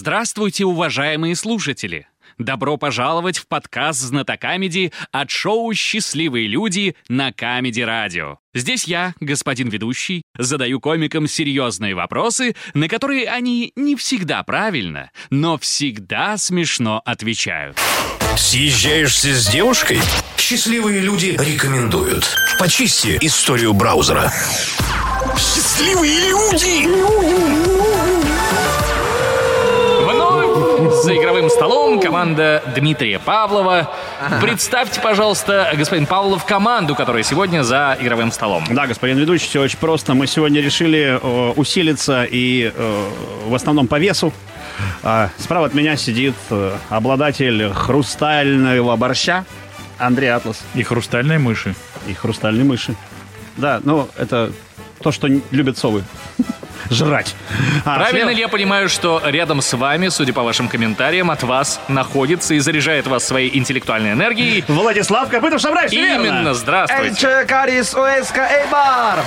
Здравствуйте, уважаемые слушатели! Добро пожаловать в подкаст «Знатокамеди» от шоу «Счастливые люди» на Камеди Радио. Здесь я, господин ведущий, задаю комикам серьезные вопросы, на которые они не всегда правильно, но всегда смешно отвечают. Съезжаешься с девушкой? Счастливые люди рекомендуют. Почисти историю браузера. Счастливые люди! Вновь за игровым столом команда Дмитрия Павлова. Представьте, пожалуйста, господин Павлов, команду, которая сегодня за игровым столом. Да, господин ведущий, все очень просто. Мы сегодня решили э, усилиться и э, в основном по весу. А, справа от меня сидит э, обладатель хрустального борща Андрей Атлас И хрустальные мыши. и хрустальной мыши. Да, ну это то, что н- любят совы. Жрать. А, Правильно слева- ли я понимаю, что рядом с вами, судя по вашим комментариям, от вас находится и заряжает вас своей интеллектуальной энергией? Владислав Копытов Шабрай, Именно, Э, здравствуйте. Карис Уэска Эйбар!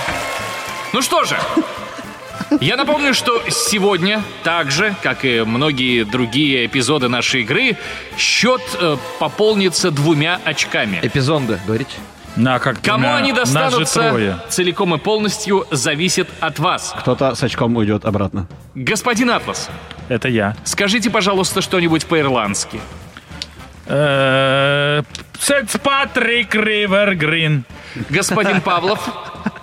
Ну что же, я напомню, что сегодня, так же, как и многие другие эпизоды нашей игры, счет э, пополнится двумя очками. Эпизонда, говорите? На как Кому Э, двумя? они Нас же трое. достанутся целиком и полностью зависит от вас. Кто-то с очком уйдет обратно. Господин Атлас, Это я. скажите, пожалуйста, что-нибудь по-ирландски. Э, Сетс Патрик Ривергрин. Господин Павлов,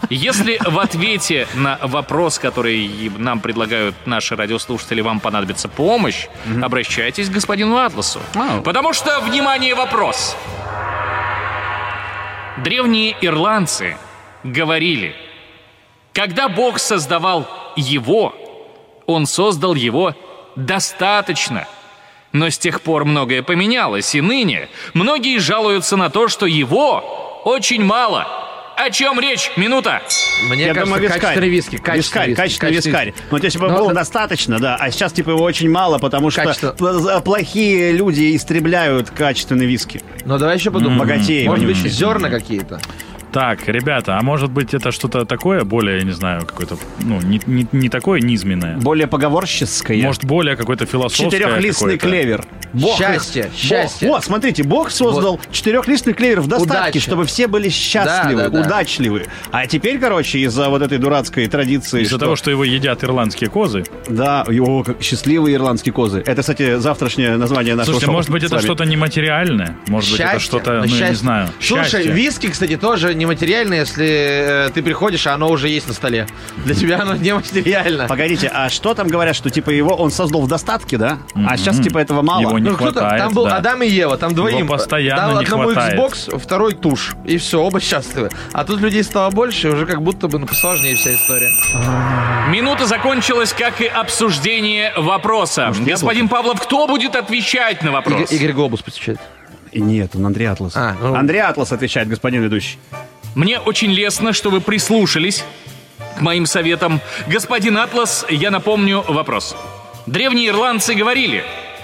если в ответе на вопрос, который нам предлагают наши радиослушатели, вам понадобится помощь, обращайтесь к господину Атласу. Ау. Потому что, внимание, вопрос. Древние ирландцы говорили, когда Бог создавал его, он создал его достаточно. Но с тех пор многое поменялось, и ныне многие жалуются на то, что его очень мало. О чем речь? Минута. Мне Я кажется, думаю, вискарь. качественный виски. Вискарь, Качественный виски. Ну, качественный вискарь. Но вот если бы Но было это- достаточно, да, а сейчас типа его очень мало, потому что Качество. пл- плохие люди истребляют качественный виски. Но Ну, давай еще подумаем. Богатеи, Может быть, вонючие. зерна какие-то. Так, ребята, а может быть это что-то такое, более, я не знаю, какое-то, ну, не, не- не такое низменное. Более поговорческое. Может, более какое-то философское Четырехлистный какое-то? клевер. Счастье, их- счастье. Бог- Вот, смотрите, Бог создал четырехлистный клевер в достатке, Удача. чтобы все были счастливы, Да, да, да. удачливы. А теперь, короче, из-за вот этой дурацкой традиции... Из-за того, что его едят ирландские козы. Да, о, как счастливые ирландские козы. Это, кстати, завтрашнее название нашего Слушайте, шоу может быть с это вами. что-то нематериальное? Может быть это А Счастье. что-то, Но ну, я не счастье. знаю. Слушай, Счастье. виски, кстати, тоже нематериально, если э, ты приходишь, а оно уже есть на столе. Для тебя оно нематериально. Погодите, а что там говорят, что типа его он создал в достатке, да? А сейчас типа этого мало. Его не Ну кто там? хватает, Там был да. Адам и Ева, там двоим. постоянно там не одному хватает. Xbox, второй тушь. И все, оба счастливы. А тут людей стало больше, и уже как будто бы ну, посложнее вся история. Минута закончилась, как и обсуждение вопроса. Господин Павлов, кто будет отвечать на Игорь, вопрос? Игорь Глобус посещает. И Нет, он Андрей Атлас. А, ну- Андрей Атлас отвечает, господин ведущий. Мне очень лестно, что вы прислушались к моим советам. Господин Атлас, я напомню вопрос. Древние ирландцы говорили,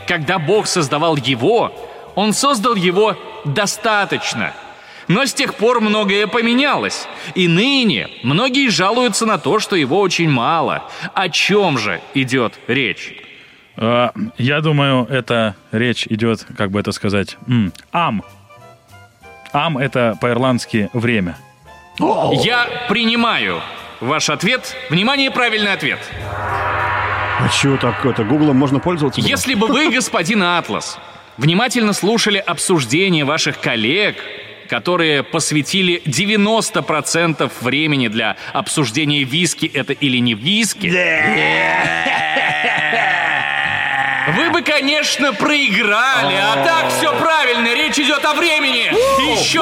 когда Бог создавал его, он создал его достаточно. Но с тех пор многое поменялось. И ныне многие жалуются на то, что его очень мало. О чем же идет речь? Э, Я думаю, это речь идет, как бы это сказать, м, ам. Ам это по-ирландски время. Я принимаю ваш ответ. Внимание, правильный ответ. А чего так это? Гуглом можно пользоваться? было? Если бы вы, господин Атлас, внимательно слушали обсуждение ваших коллег, которые посвятили 90% времени для обсуждения виски это или не виски, вы бы, конечно, проиграли. А так все правильно, речь идет о времени. Еще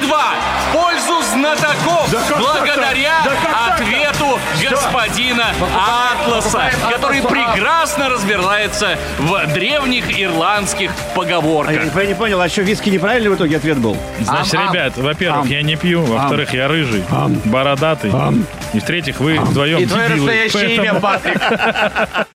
3-2 в пользу знатоков. Благодаря ответу господина Атласа, который прекрасно разбирается в древних ирландских А я поговорках. не- я не понял, а что, виски неправильный в итоге ответ был? Значит, ребят, во-первых, я не пью, во-вторых, я рыжий, бородатый, и в-третьих, вы вдвоем И твое дебилы. настоящее Поэтому- имя, Патрик.